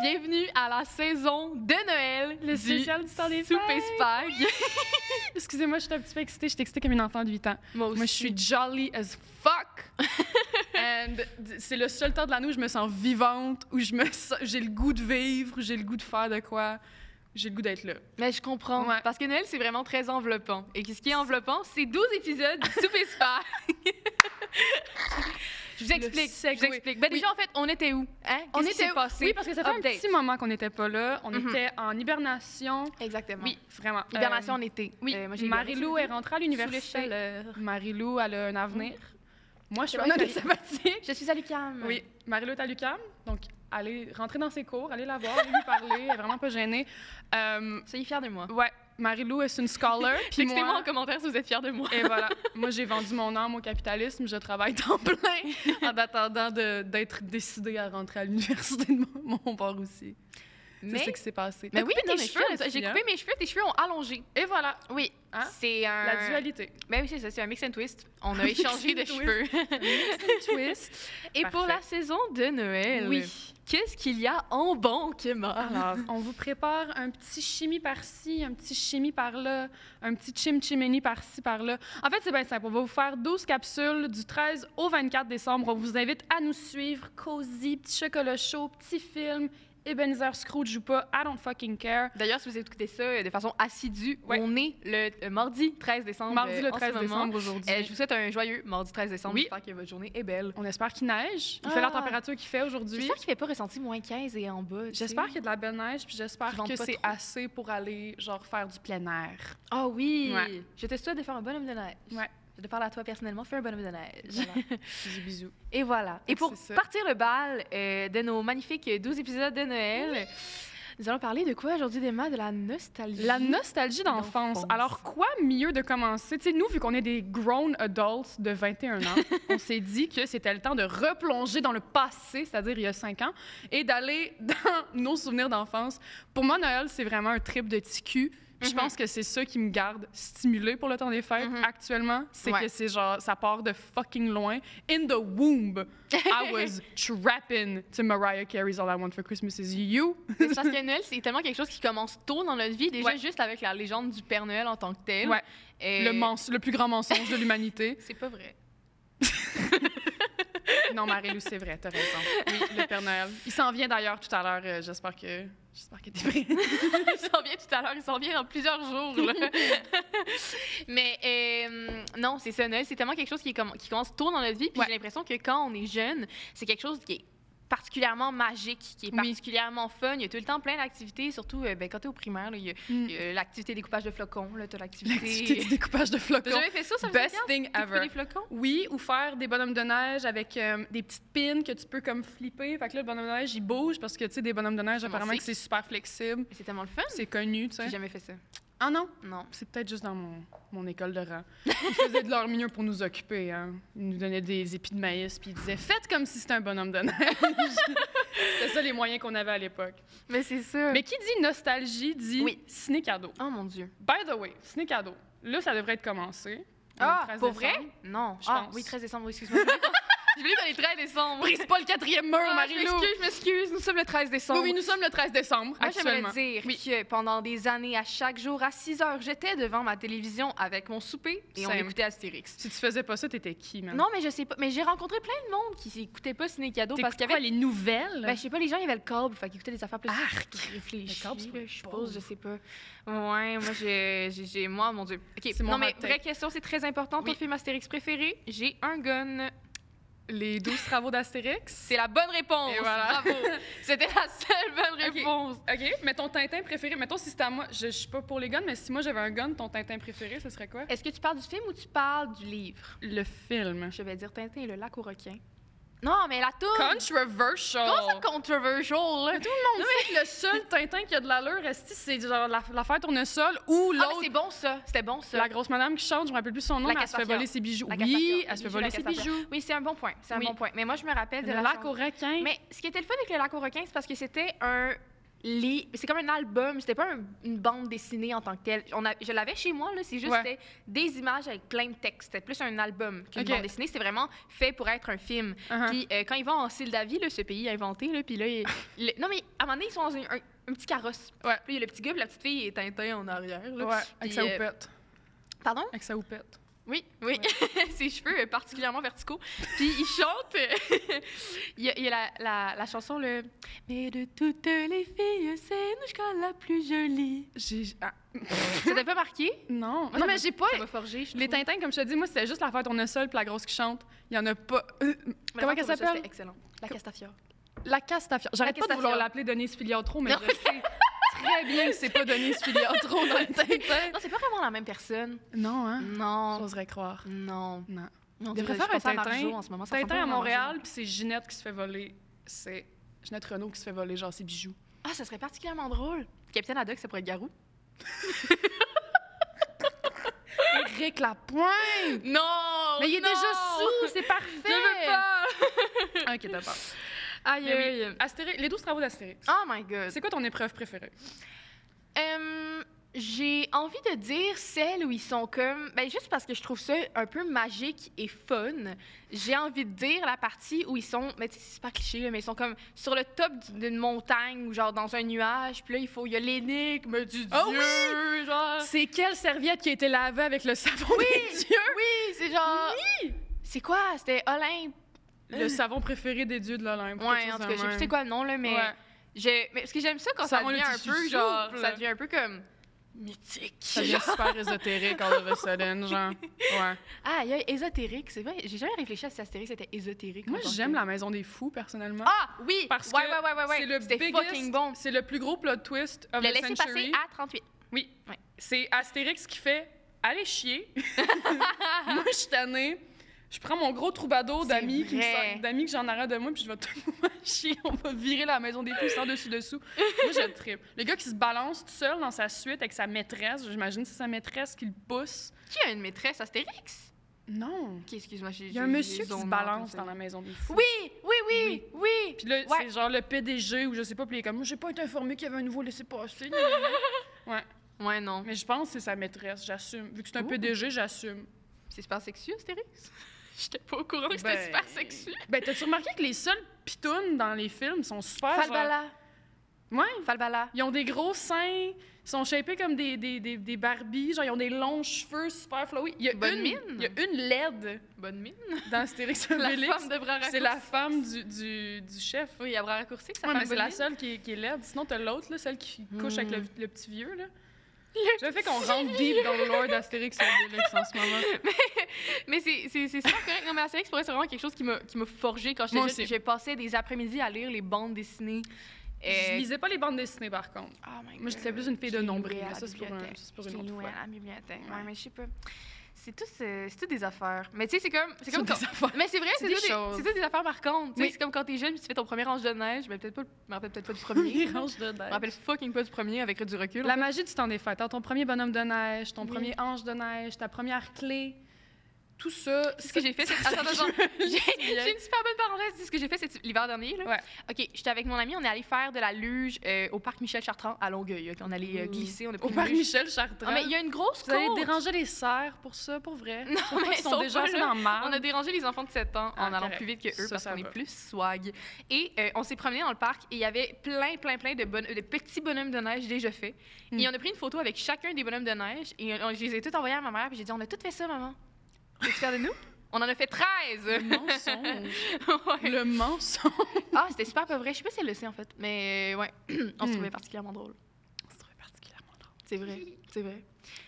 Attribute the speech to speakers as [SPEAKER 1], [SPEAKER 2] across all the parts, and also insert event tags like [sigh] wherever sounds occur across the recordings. [SPEAKER 1] Bienvenue à la saison de Noël
[SPEAKER 2] Le spécial du temps des
[SPEAKER 1] Souper
[SPEAKER 2] fêtes.
[SPEAKER 1] Spag.
[SPEAKER 2] Excusez-moi, je suis un petit peu excitée. Je suis excitée comme une enfant de 8 ans. Moi, je suis jolly as
[SPEAKER 1] [laughs]
[SPEAKER 2] fuck. And d- c'est le seul temps de l'année où je me sens vivante, où je me [laughs] sens- j'ai le goût de vivre, où j'ai le goût de faire de quoi, j'ai le goût d'être là.
[SPEAKER 1] Mais Ben, je comprends.
[SPEAKER 2] Ouais.
[SPEAKER 1] Parce que Noël, c'est vraiment très enveloppant. Et qu'est-ce qui est enveloppant? C'est 12 épisodes du
[SPEAKER 2] [laughs]
[SPEAKER 1] Souper Spag. je vous explique. Je vous
[SPEAKER 2] segway.
[SPEAKER 1] explique. Ben,
[SPEAKER 2] Oui.
[SPEAKER 1] déjà, en fait, on était où? Hein?
[SPEAKER 2] On
[SPEAKER 1] Qu'est-ce qui
[SPEAKER 2] était
[SPEAKER 1] s'est passé?
[SPEAKER 2] Oui, parce que ça fait
[SPEAKER 1] Update.
[SPEAKER 2] un petit moment qu'on n'était pas là. On
[SPEAKER 1] Mhm.
[SPEAKER 2] était en hibernation.
[SPEAKER 1] Exactement.
[SPEAKER 2] Oui, vraiment.
[SPEAKER 1] Hibernation
[SPEAKER 2] Euh,
[SPEAKER 1] en été.
[SPEAKER 2] oui,
[SPEAKER 1] Euh, moi, j'ai
[SPEAKER 2] Marie-Lou
[SPEAKER 1] hibernation
[SPEAKER 2] est rentrée à
[SPEAKER 1] sous les
[SPEAKER 2] l'université.
[SPEAKER 1] chaleurs.
[SPEAKER 2] Marie-Lou, elle a un avenir. Moi, je suis
[SPEAKER 1] C'est
[SPEAKER 2] en
[SPEAKER 1] vrai
[SPEAKER 2] année
[SPEAKER 1] que-
[SPEAKER 2] sabbatique.
[SPEAKER 1] Je suis à l'UQAM.
[SPEAKER 2] Oui, Marie-Lou est à l'UQAM, donc allez rentrer dans ses cours, allez la voir, allez lui parler, elle est vraiment pas gênée. Euh,
[SPEAKER 1] Soyez fiers de moi.
[SPEAKER 2] ouais, Marie-Lou est une scholar, puis
[SPEAKER 1] Textez-moi
[SPEAKER 2] moi...
[SPEAKER 1] en commentaire si vous êtes fiers de [laughs] moi.
[SPEAKER 2] Et voilà, moi j'ai vendu mon âme au capitalisme, je travaille [laughs] temps plein en attendant de- d'être décidée à rentrer à l'université de mon, mon port aussi. C'est ce qui s'est passé.
[SPEAKER 1] Mais
[SPEAKER 2] T'as
[SPEAKER 1] oui,
[SPEAKER 2] coupé
[SPEAKER 1] tes
[SPEAKER 2] mes
[SPEAKER 1] cheveux,
[SPEAKER 2] aussi,
[SPEAKER 1] j'ai
[SPEAKER 2] hein?
[SPEAKER 1] coupé mes cheveux, tes cheveux ont allongé.
[SPEAKER 2] Et voilà,
[SPEAKER 1] Oui,
[SPEAKER 2] Hein?
[SPEAKER 1] c'est un.
[SPEAKER 2] la
[SPEAKER 1] [laughs]
[SPEAKER 2] dualité.
[SPEAKER 1] Ben oui, c'est ça, c'est [laughs] un mix and twist. On
[SPEAKER 2] Un
[SPEAKER 1] a
[SPEAKER 2] mix
[SPEAKER 1] échangé
[SPEAKER 2] and
[SPEAKER 1] de [laughs]
[SPEAKER 2] twist.
[SPEAKER 1] cheveux.
[SPEAKER 2] twist.
[SPEAKER 1] Et pour
[SPEAKER 2] Parfait.
[SPEAKER 1] la saison de Noël,
[SPEAKER 2] Oui.
[SPEAKER 1] qu'est-ce qu'il y a en banque, Emma?
[SPEAKER 2] Alors, on vous prépare un petit chimie par-ci, un petit chimie par-là, un petit chim-chimini par-ci, par-là. En fait, c'est bien simple. On va vous faire 12 capsules du 13 au 24 décembre. On vous invite à nous suivre. Cozy, petit chocolat chaud, petit film, Ebenezer Scrooge ou pas, I don't fucking care.
[SPEAKER 1] D'ailleurs, si vous écoutez ça euh, de façon assidue,
[SPEAKER 2] Ouais.
[SPEAKER 1] on est le euh, mardi 13 décembre.
[SPEAKER 2] Mardi
[SPEAKER 1] euh,
[SPEAKER 2] le
[SPEAKER 1] en ce
[SPEAKER 2] 13
[SPEAKER 1] moment.
[SPEAKER 2] décembre aujourd'hui.
[SPEAKER 1] Euh, je vous souhaite un joyeux mardi 13 décembre.
[SPEAKER 2] Oui.
[SPEAKER 1] J'espère que votre journée est belle.
[SPEAKER 2] On espère qu'il neige. Il fait la
[SPEAKER 1] Ah.
[SPEAKER 2] température qu'il fait aujourd'hui.
[SPEAKER 1] J'espère qu'il ne fait pas ressenti moins 15 et en bas. tu sais.
[SPEAKER 2] J'espère qu'il y a de la belle neige, puis j'espère
[SPEAKER 1] Qu'ils vendent
[SPEAKER 2] que
[SPEAKER 1] pas
[SPEAKER 2] c'est
[SPEAKER 1] trop.
[SPEAKER 2] assez pour aller, genre, faire du plein air.
[SPEAKER 1] [laughs] Ah oui!
[SPEAKER 2] Ouais.
[SPEAKER 1] Je te souhaite de faire un bonhomme de neige.
[SPEAKER 2] Ouais.
[SPEAKER 1] Je te parle à toi personnellement, fais un bonhomme de neige.
[SPEAKER 2] Voilà. Bisous, bisous.
[SPEAKER 1] Et voilà. Et
[SPEAKER 2] Donc,
[SPEAKER 1] pour
[SPEAKER 2] c'est ça.
[SPEAKER 1] partir le bal euh, de nos magnifiques 12 épisodes de Noël, nous allons parler de quoi aujourd'hui, Emma? De la nostalgie.
[SPEAKER 2] La nostalgie d'enfance.
[SPEAKER 1] D'enfance.
[SPEAKER 2] Alors, quoi mieux de commencer? Tu sais, nous, vu qu'on est des grown adults de 21 ans, on s'est dit que c'était le temps de replonger dans le passé, c'est-à-dire il y a 5 ans, et d'aller [laughs] dans nos souvenirs d'enfance. Pour moi, Noël, c'est vraiment un trip de ticu. Puis Je
[SPEAKER 1] Mhm.
[SPEAKER 2] pense que c'est ça qui me garde stimulée pour le temps des fêtes
[SPEAKER 1] Mhm.
[SPEAKER 2] actuellement. C'est
[SPEAKER 1] Ouais.
[SPEAKER 2] que c'est genre, ça part de fucking loin. In the womb, I was trapping to Mariah Carey's All I Want for Christmas Is You.
[SPEAKER 1] C'est [laughs] parce que Noël, c'est tellement quelque chose qui commence tôt dans notre vie, déjà
[SPEAKER 2] Ouais.
[SPEAKER 1] juste avec la légende du Père Noël en tant que tel.
[SPEAKER 2] Ouais.
[SPEAKER 1] Euh,
[SPEAKER 2] Le, mens- le plus grand mensonge de l'humanité.
[SPEAKER 1] C'est pas vrai.
[SPEAKER 2] Non, Marie-Lou, c'est vrai, t'as raison. Oui, le Père Noël. Il s'en vient d'ailleurs tout à l'heure. euh, j'espère que j'espère que t'es prêt.
[SPEAKER 1] [laughs] il s'en vient tout à l'heure, il s'en vient dans plusieurs jours. là. [laughs] Mais euh, non, c'est ça, Noël, c'est tellement quelque chose qui, est comme- qui commence tôt dans notre vie. Puis
[SPEAKER 2] Ouais.
[SPEAKER 1] j'ai l'impression que quand on est jeune, c'est quelque chose qui est particulièrement magique, qui est
[SPEAKER 2] Oui.
[SPEAKER 1] particulièrement fun. Il y a tout le temps plein d'activités, surtout euh, ben, quand t'es au primaire, là, il y a, il
[SPEAKER 2] [laughs]
[SPEAKER 1] y a l'activité découpage de flocons, là, t'as
[SPEAKER 2] L'activité du
[SPEAKER 1] l'activité...
[SPEAKER 2] découpage
[SPEAKER 1] [laughs]
[SPEAKER 2] de
[SPEAKER 1] T'as
[SPEAKER 2] flocons.
[SPEAKER 1] jamais fait ça, ça faisait
[SPEAKER 2] Best
[SPEAKER 1] bien?
[SPEAKER 2] thing
[SPEAKER 1] Découper
[SPEAKER 2] ever.
[SPEAKER 1] des flocons?
[SPEAKER 2] Oui, ou faire des bonhommes de neige avec euh, des petites pins que tu peux comme flipper. Fait que là, le bonhomme de neige, il bouge parce que, tu sais, des bonhommes de neige,
[SPEAKER 1] Comment
[SPEAKER 2] apparemment,
[SPEAKER 1] c'est?
[SPEAKER 2] que c'est super flexible.
[SPEAKER 1] Mais C'est tellement le fun.
[SPEAKER 2] C'est connu, tu
[SPEAKER 1] J'ai
[SPEAKER 2] sais.
[SPEAKER 1] jamais fait ça.
[SPEAKER 2] Ah non,
[SPEAKER 1] Non.
[SPEAKER 2] c'est peut-être juste dans mon, mon école de rang. Ils faisaient de leur mieux pour nous occuper. Hein. Ils nous donnaient des épis de maïs, puis ils disaient « Faites comme si c'était un bonhomme de neige! » [laughs] C'était ça les moyens qu'on avait à l'époque.
[SPEAKER 1] Mais c'est ça.
[SPEAKER 2] Mais qui dit nostalgie dit
[SPEAKER 1] Oui.
[SPEAKER 2] ciné cadeau.
[SPEAKER 1] Oh mon Dieu.
[SPEAKER 2] By the way, ciné cadeau. Là, ça devrait être commencé. Le
[SPEAKER 1] Ah,
[SPEAKER 2] 13
[SPEAKER 1] pour vrai?
[SPEAKER 2] décembre.
[SPEAKER 1] Non.
[SPEAKER 2] Je
[SPEAKER 1] Ah,
[SPEAKER 2] pense.
[SPEAKER 1] oui, 13 décembre, oui, [laughs] excuse-moi. Je voulais qu'on- Je voulais qu'on est le 13 décembre.
[SPEAKER 2] Brise pas le quatrième mur,
[SPEAKER 1] Ah,
[SPEAKER 2] Marie-Lou.
[SPEAKER 1] Je m'excuse, je m'excuse. Nous sommes le 13
[SPEAKER 2] Oui,
[SPEAKER 1] décembre.
[SPEAKER 2] oui, nous sommes le 13 décembre
[SPEAKER 1] Moi, j'aimerais
[SPEAKER 2] actuellement.
[SPEAKER 1] dire
[SPEAKER 2] Oui.
[SPEAKER 1] que pendant des années, à chaque jour, à 6 heures, j'étais devant ma télévision avec mon souper et on
[SPEAKER 2] Same.
[SPEAKER 1] écoutait Astérix.
[SPEAKER 2] Si tu faisais pas ça, t'étais qui, man?
[SPEAKER 1] Non, mais je sais pas. Mais j'ai rencontré plein de monde qui s'écoutait pas Ciné Cadeau
[SPEAKER 2] T'écoutes
[SPEAKER 1] parce qu'il y
[SPEAKER 2] quoi,
[SPEAKER 1] avait.
[SPEAKER 2] les nouvelles?
[SPEAKER 1] Ben, je sais pas, les gens, il y avait le câble, fait qu'ils écoutaient des affaires plus
[SPEAKER 2] Arc!
[SPEAKER 1] réfléchies,
[SPEAKER 2] Le câble, c'est
[SPEAKER 1] là,
[SPEAKER 2] pour les
[SPEAKER 1] je
[SPEAKER 2] pauvres.
[SPEAKER 1] suppose, je sais pas. Ouais, moi, j'ai, j'ai- j'ai- moi, mon Dieu. OK,
[SPEAKER 2] C'est mon
[SPEAKER 1] non, mais
[SPEAKER 2] hot take.
[SPEAKER 1] vraie question, c'est très important. Ton
[SPEAKER 2] Oui.
[SPEAKER 1] film Astérix préféré? J'ai un gun.
[SPEAKER 2] Les 12 travaux d'Astérix.
[SPEAKER 1] C'est la bonne réponse.
[SPEAKER 2] Et voilà.
[SPEAKER 1] Bravo. C'était la seule bonne
[SPEAKER 2] [laughs] Ok.
[SPEAKER 1] réponse.
[SPEAKER 2] OK, mais ton Tintin préféré, mettons si c'était à moi, je, je suis pas pour les guns, mais si moi j'avais un gun, ton Tintin préféré, ce serait quoi?
[SPEAKER 1] Est-ce que tu parles du film ou tu parles du livre?
[SPEAKER 2] Le film.
[SPEAKER 1] Je vais dire Tintin et le lac aux requins. Non, mais la toune!
[SPEAKER 2] Controversial!
[SPEAKER 1] Oh! Comment ça controversial, là?
[SPEAKER 2] Non, mais le seul Tintin qui a de l'allure, est-ce que c'est genre la- l'affaire tournesol
[SPEAKER 1] Ah,
[SPEAKER 2] ou
[SPEAKER 1] mais
[SPEAKER 2] l'autre?
[SPEAKER 1] c'est bon, ça. C'était bon, ça.
[SPEAKER 2] la grosse madame qui chante, je me rappelle plus son nom,
[SPEAKER 1] La
[SPEAKER 2] mais elle se fait
[SPEAKER 1] Castafiore.
[SPEAKER 2] voler ses bijoux.
[SPEAKER 1] La Castafiore.
[SPEAKER 2] oui, elle se fait
[SPEAKER 1] Bijou,
[SPEAKER 2] voler
[SPEAKER 1] la
[SPEAKER 2] ses
[SPEAKER 1] Castafiore.
[SPEAKER 2] bijoux.
[SPEAKER 1] Oui, c'est un bon point. C'est un
[SPEAKER 2] Oui.
[SPEAKER 1] bon point. Mais moi, je me rappelle
[SPEAKER 2] Le
[SPEAKER 1] de la
[SPEAKER 2] lac
[SPEAKER 1] chanson.
[SPEAKER 2] aux requins.
[SPEAKER 1] Mais ce qui était le fun avec le lac aux requins, c'est parce que c'était un les. C'est comme un album, c'était pas un- une bande dessinée en tant que telle. On a- je l'avais chez moi, là, c'est juste
[SPEAKER 2] Ouais.
[SPEAKER 1] c'était des images avec plein de textes. C'était plus un album qu'une
[SPEAKER 2] Ok.
[SPEAKER 1] bande dessinée. C'était vraiment fait pour être un film.
[SPEAKER 2] Uh-huh.
[SPEAKER 1] Puis euh, quand ils vont en Sildavie, là, ce pays inventé, là, puis là, ils- le- non mais à un moment donné, ils sont dans un, un- un petit carrosse.
[SPEAKER 2] Ouais.
[SPEAKER 1] Puis il y a le petit gars, puis la petite fille il est Tintin en arrière. là.
[SPEAKER 2] Ouais, avec
[SPEAKER 1] Puis,
[SPEAKER 2] sa
[SPEAKER 1] euh,
[SPEAKER 2] houppette.
[SPEAKER 1] Pardon?
[SPEAKER 2] Avec sa houppette.
[SPEAKER 1] Oui, oui. [laughs] Ses cheveux euh, particulièrement verticaux. Puis il chante. euh, [laughs] il y a, il y a la, la- la chanson, le. Mais de toutes les filles, c'est Nouchka la plus jolie.
[SPEAKER 2] J'ai... ah,
[SPEAKER 1] Ça t'a pas marqué?
[SPEAKER 2] non.
[SPEAKER 1] Moi,
[SPEAKER 2] non,
[SPEAKER 1] ça
[SPEAKER 2] mais
[SPEAKER 1] m'a-
[SPEAKER 2] j'ai pas...
[SPEAKER 1] Ah, Ça m'a forgé, je
[SPEAKER 2] Les
[SPEAKER 1] trouve.
[SPEAKER 2] Tintins, comme je te dis, moi, c'était juste l'affaire tournesol puis la grosse qui chante. Il y en a pas... Euh,
[SPEAKER 1] Mais
[SPEAKER 2] comment
[SPEAKER 1] la
[SPEAKER 2] qu'elle
[SPEAKER 1] chanson, ça,
[SPEAKER 2] s'appelle?
[SPEAKER 1] c'était excellent. La Castafiore.
[SPEAKER 2] La Castafiore. J'arrête
[SPEAKER 1] La
[SPEAKER 2] pas de vouloir
[SPEAKER 1] Castafiore.
[SPEAKER 2] l'appeler Denise Filiatro, mais
[SPEAKER 1] Non.
[SPEAKER 2] je sais très bien que c'est pas Denise Filiatro
[SPEAKER 1] [laughs]
[SPEAKER 2] dans les Tintins.
[SPEAKER 1] Non, c'est pas vraiment la même personne.
[SPEAKER 2] Non, hein?
[SPEAKER 1] Non.
[SPEAKER 2] J'oserais croire.
[SPEAKER 1] Non.
[SPEAKER 2] Non.
[SPEAKER 1] On dirait-
[SPEAKER 2] devrait faire
[SPEAKER 1] je pense
[SPEAKER 2] un
[SPEAKER 1] à Marjo
[SPEAKER 2] Tintin-
[SPEAKER 1] en ce moment. ça ressemble
[SPEAKER 2] Tintin à
[SPEAKER 1] vraiment Marjo.
[SPEAKER 2] Montréal, puis c'est Ginette qui se fait voler. C'est Ginette Renault qui se fait voler, genre, ses bijoux.
[SPEAKER 1] Ah, ça serait particulièrement drôle. Capitaine Haddock, ça pourrait être [laughs] Garou.
[SPEAKER 2] Eric Lapointe!
[SPEAKER 1] Non!
[SPEAKER 2] Mais il est
[SPEAKER 1] non!
[SPEAKER 2] déjà sous, c'est parfait!
[SPEAKER 1] Je veux pas!
[SPEAKER 2] [laughs] Ok, d'accord.
[SPEAKER 1] Aïe,
[SPEAKER 2] Mais oui.
[SPEAKER 1] aïe.
[SPEAKER 2] Astérix, les 12 travaux d'Astérix.
[SPEAKER 1] Oh my god.
[SPEAKER 2] C'est quoi ton épreuve préférée?
[SPEAKER 1] Euh, j'ai envie de dire celle où ils sont comme. Ben, juste parce que je trouve ça un peu magique et fun, j'ai envie de dire la partie où ils sont. Mais tu sais, c'est super cliché, là, mais ils sont comme sur le top d- d'une montagne ou genre dans un nuage. Puis là, il faut. Il y a l'énigme Euh, du
[SPEAKER 2] Oh
[SPEAKER 1] dieu. Genre.
[SPEAKER 2] C'est quelle serviette qui a été lavée avec le savon des dieux?
[SPEAKER 1] Oui, c'est genre. C'est quoi? C'était Olympe.
[SPEAKER 2] Le savon préféré des dieux de l'Olympe.
[SPEAKER 1] Ouais, en tout cas, je sais plus c'est quoi le nom, là, mais.
[SPEAKER 2] Ouais.
[SPEAKER 1] j'ai- mais parce que j'aime ça quand
[SPEAKER 2] Ça
[SPEAKER 1] ça,
[SPEAKER 2] rend le
[SPEAKER 1] devient un
[SPEAKER 2] tissu
[SPEAKER 1] peu, genre.
[SPEAKER 2] souple.
[SPEAKER 1] Ça devient un peu comme. Mythique. [laughs]
[SPEAKER 2] Ça devient super ésotérique all of a sudden, genre. Ouais.
[SPEAKER 1] Ah, il y a ésotérique, c'est vrai. J'ai jamais réfléchi à si Astérix était ésotérique.
[SPEAKER 2] Moi,
[SPEAKER 1] en tant que
[SPEAKER 2] j'aime
[SPEAKER 1] tel.
[SPEAKER 2] la Maison des Fous, personnellement.
[SPEAKER 1] Ah, oui!
[SPEAKER 2] Parce
[SPEAKER 1] ouais,
[SPEAKER 2] que
[SPEAKER 1] ouais, ouais, ouais, ouais.
[SPEAKER 2] c'est le
[SPEAKER 1] C'était
[SPEAKER 2] biggest-
[SPEAKER 1] fucking bon.
[SPEAKER 2] C'est le plus gros plot twist of
[SPEAKER 1] Le
[SPEAKER 2] the
[SPEAKER 1] laisser
[SPEAKER 2] century.
[SPEAKER 1] passer à 38.
[SPEAKER 2] Oui.
[SPEAKER 1] Ouais.
[SPEAKER 2] C'est Astérix qui fait
[SPEAKER 1] [laughs]
[SPEAKER 2] aller chier. moi, je suis tannée. Je prends mon gros troubadour
[SPEAKER 1] C'est
[SPEAKER 2] d'amis qui me
[SPEAKER 1] vrai.
[SPEAKER 2] sort- d'amis que j'en arrête de moi, puis je vais tout le monde [laughs] chier. On va virer la maison des fous sans dessus dessous. Moi, je tripe. Le gars qui se balance tout seul dans sa suite avec sa maîtresse, j'imagine que c'est sa maîtresse qui le pousse.
[SPEAKER 1] Qui a une maîtresse Astérix?
[SPEAKER 2] Non.
[SPEAKER 1] Ok, excuse-moi. j'ai-
[SPEAKER 2] Il y a un
[SPEAKER 1] j'ai- j'ai
[SPEAKER 2] monsieur qui se
[SPEAKER 1] zoné
[SPEAKER 2] balance
[SPEAKER 1] en
[SPEAKER 2] dans
[SPEAKER 1] fait.
[SPEAKER 2] la maison des fous.
[SPEAKER 1] Oui, oui, oui, oui.
[SPEAKER 2] Puis là,
[SPEAKER 1] Ouais.
[SPEAKER 2] c'est genre le PDG ou je sais pas, puis il est comme, Moi, j'ai pas été informé qu'il y avait un nouveau laissé-passer.
[SPEAKER 1] Ouais, non.
[SPEAKER 2] Mais je pense que c'est sa maîtresse, j'assume. Vu que c'est un
[SPEAKER 1] Ouh.
[SPEAKER 2] PDG, j'assume.
[SPEAKER 1] C'est super sexu, Astérix? [laughs] J'étais pas au courant que c'était
[SPEAKER 2] Ben,
[SPEAKER 1] super sexu.
[SPEAKER 2] Ben, t'as-tu remarqué que les seuls pitounes dans les films sont super. genre-
[SPEAKER 1] Falbala.
[SPEAKER 2] Ouais.
[SPEAKER 1] Falbala.
[SPEAKER 2] Ils ont des gros seins, ils sont shapés comme des, des, des, des Barbies, genre ils ont des longs cheveux super flowy. Il y a
[SPEAKER 1] Bonne
[SPEAKER 2] une,
[SPEAKER 1] mine.
[SPEAKER 2] Il y a une laide
[SPEAKER 1] Bonne mine.
[SPEAKER 2] dans
[SPEAKER 1] [laughs]
[SPEAKER 2] Astérix
[SPEAKER 1] La
[SPEAKER 2] Obélix.
[SPEAKER 1] femme de bras
[SPEAKER 2] C'est la femme du, du, du chef.
[SPEAKER 1] Oui, il bras raccourcis, ça
[SPEAKER 2] Ouais,
[SPEAKER 1] fait
[SPEAKER 2] mais c'est la seule qui est, qui est laide. Sinon, t'as l'autre, là, celle qui couche avec
[SPEAKER 1] Hmm.
[SPEAKER 2] le, le petit vieux. Là. Je fait qu'on rentre deep dans le lore d'Astérix et Obélix en ce
[SPEAKER 1] [laughs]
[SPEAKER 2] moment.
[SPEAKER 1] Mais c'est c'est- c'est super correct. Non, mais Astérix, pour vrai, c'est vraiment quelque chose qui m'a qui m'a forgé quand
[SPEAKER 2] Moi
[SPEAKER 1] j'étais
[SPEAKER 2] aussi.
[SPEAKER 1] jeune. J'ai passé des après-midi à lire les bandes dessinées.
[SPEAKER 2] Je
[SPEAKER 1] Euh,
[SPEAKER 2] lisais pas les bandes dessinées, par contre.
[SPEAKER 1] oh my
[SPEAKER 2] Moi,
[SPEAKER 1] God.
[SPEAKER 2] j'étais plus une fille de
[SPEAKER 1] Je les
[SPEAKER 2] nombril.
[SPEAKER 1] louais à
[SPEAKER 2] mais
[SPEAKER 1] la
[SPEAKER 2] Ça, c'est pour, un- ça,
[SPEAKER 1] bibliothèque.
[SPEAKER 2] c'est pour
[SPEAKER 1] Je
[SPEAKER 2] une
[SPEAKER 1] les
[SPEAKER 2] autre
[SPEAKER 1] louais
[SPEAKER 2] fois.
[SPEAKER 1] à la bibliothèque. Ouais,
[SPEAKER 2] Ouais.
[SPEAKER 1] mais je sais pas. C'est tout, euh, c'est tout des affaires. Mais tu sais, c'est comme. C'est
[SPEAKER 2] C'est
[SPEAKER 1] comme
[SPEAKER 2] des
[SPEAKER 1] quand-
[SPEAKER 2] affaires.
[SPEAKER 1] Mais c'est vrai,
[SPEAKER 2] C'est
[SPEAKER 1] c'est
[SPEAKER 2] des
[SPEAKER 1] tout des-
[SPEAKER 2] choses.
[SPEAKER 1] c'est tout des affaires marquantes. Tu sais,
[SPEAKER 2] Oui.
[SPEAKER 1] C'est comme quand t'es jeune puis tu fais ton premier ange de neige. Mais peut-être pas. le- Je me rappelle peut-être pas du [laughs]
[SPEAKER 2] [laughs]
[SPEAKER 1] premier. Je
[SPEAKER 2] de
[SPEAKER 1] me rappelle fucking pas du premier avec du recul.
[SPEAKER 2] La magie du temps des fêtes, hein, ton premier bonhomme de neige, ton
[SPEAKER 1] Oui.
[SPEAKER 2] premier ange de neige, ta première clé, tout ça.
[SPEAKER 1] C'est ce que j'ai fait.
[SPEAKER 2] [laughs]
[SPEAKER 1] cette- Attends, attends, attends. J'ai j'ai une super bonne parenthèse. C'est ce que j'ai fait cet- l'hiver dernier. Là.
[SPEAKER 2] Ouais.
[SPEAKER 1] OK, j'étais avec mon ami, on est allé faire de la luge euh, au parc Michel Chartrand à Longueuil. OK, on allait euh,
[SPEAKER 2] Ouh.
[SPEAKER 1] glisser, on a pris
[SPEAKER 2] Mmh. Au
[SPEAKER 1] une
[SPEAKER 2] parc
[SPEAKER 1] luge.
[SPEAKER 2] Michel Chartrand.
[SPEAKER 1] Ah, mais il y a une grosse
[SPEAKER 2] Vous allez
[SPEAKER 1] côte.
[SPEAKER 2] déranger les serres pour ça, pour
[SPEAKER 1] [laughs]
[SPEAKER 2] vrai.
[SPEAKER 1] Non,
[SPEAKER 2] Faut pas
[SPEAKER 1] mais
[SPEAKER 2] qu'ils sont
[SPEAKER 1] sont
[SPEAKER 2] déjà
[SPEAKER 1] pas
[SPEAKER 2] assez
[SPEAKER 1] là.
[SPEAKER 2] dans le mal.
[SPEAKER 1] [laughs] On a dérangé les enfants de 7 ans
[SPEAKER 2] Ah,
[SPEAKER 1] en allant
[SPEAKER 2] correct.
[SPEAKER 1] plus vite que eux
[SPEAKER 2] Ça,
[SPEAKER 1] parce
[SPEAKER 2] ça
[SPEAKER 1] qu'on est
[SPEAKER 2] va.
[SPEAKER 1] plus swag. Et euh, on s'est promené dans le parc et il y avait plein, plein, plein de, bonne- de petits bonhommes de neige déjà faits.
[SPEAKER 2] Hmm.
[SPEAKER 1] Et on a pris une photo avec chacun des bonhommes de neige et on- je les ai tous envoyés à ma mère. Puis j'ai dit On a tous fait ça, maman. T'es fière de nous On en a fait 13.
[SPEAKER 2] Le
[SPEAKER 1] [laughs]
[SPEAKER 2] mensonge.
[SPEAKER 1] Ouais.
[SPEAKER 2] [laughs] Le mensonge.
[SPEAKER 1] Ah, c'était super pas vrai. Je sais pas si elle le sait en fait, mais euh, ouais, [clears throat] on se
[SPEAKER 2] Hmm.
[SPEAKER 1] trouvait particulièrement drôle.
[SPEAKER 2] C'est très particulièrement drôle.
[SPEAKER 1] C'est vrai, [laughs] c'est vrai.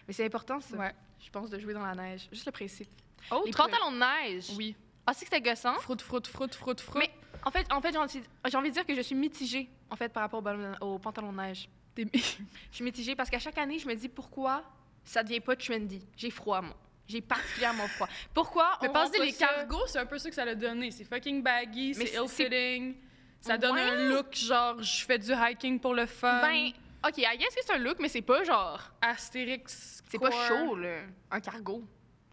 [SPEAKER 1] Mais c'est important ça,
[SPEAKER 2] Ouais.
[SPEAKER 1] je pense, de jouer dans la neige. Juste le principe.
[SPEAKER 2] Autre...
[SPEAKER 1] Les pantalons Oh, de neige.
[SPEAKER 2] Oui.
[SPEAKER 1] Ah, c'est que c'était gossant.
[SPEAKER 2] Froute, froute, froute, froute, froute. [laughs]
[SPEAKER 1] Mais- En fait, en fait, j'ai envie, j'ai envie de dire que je suis mitigée en fait par rapport au ballon- au pantalon de neige.
[SPEAKER 2] Des-
[SPEAKER 1] Je suis mitigée parce qu'à chaque année, je me dis pourquoi ça devient pas trendy. J'ai froid moi. J'ai particulièrement froid. Pourquoi
[SPEAKER 2] Mais
[SPEAKER 1] on
[SPEAKER 2] pense
[SPEAKER 1] rend pas
[SPEAKER 2] les
[SPEAKER 1] ça-
[SPEAKER 2] cargos, c'est un peu ça que ça l'a donné. C'est fucking baggy,
[SPEAKER 1] Mais
[SPEAKER 2] c'est
[SPEAKER 1] c'est- c'est-
[SPEAKER 2] ill-fitting. Ça donne un look genre je fais du hiking pour le fun.
[SPEAKER 1] Ben, OK, I guess que c'est un look mais c'est pas genre
[SPEAKER 2] Astérix.
[SPEAKER 1] C'est pas
[SPEAKER 2] core.
[SPEAKER 1] chaud, là. Un cargo.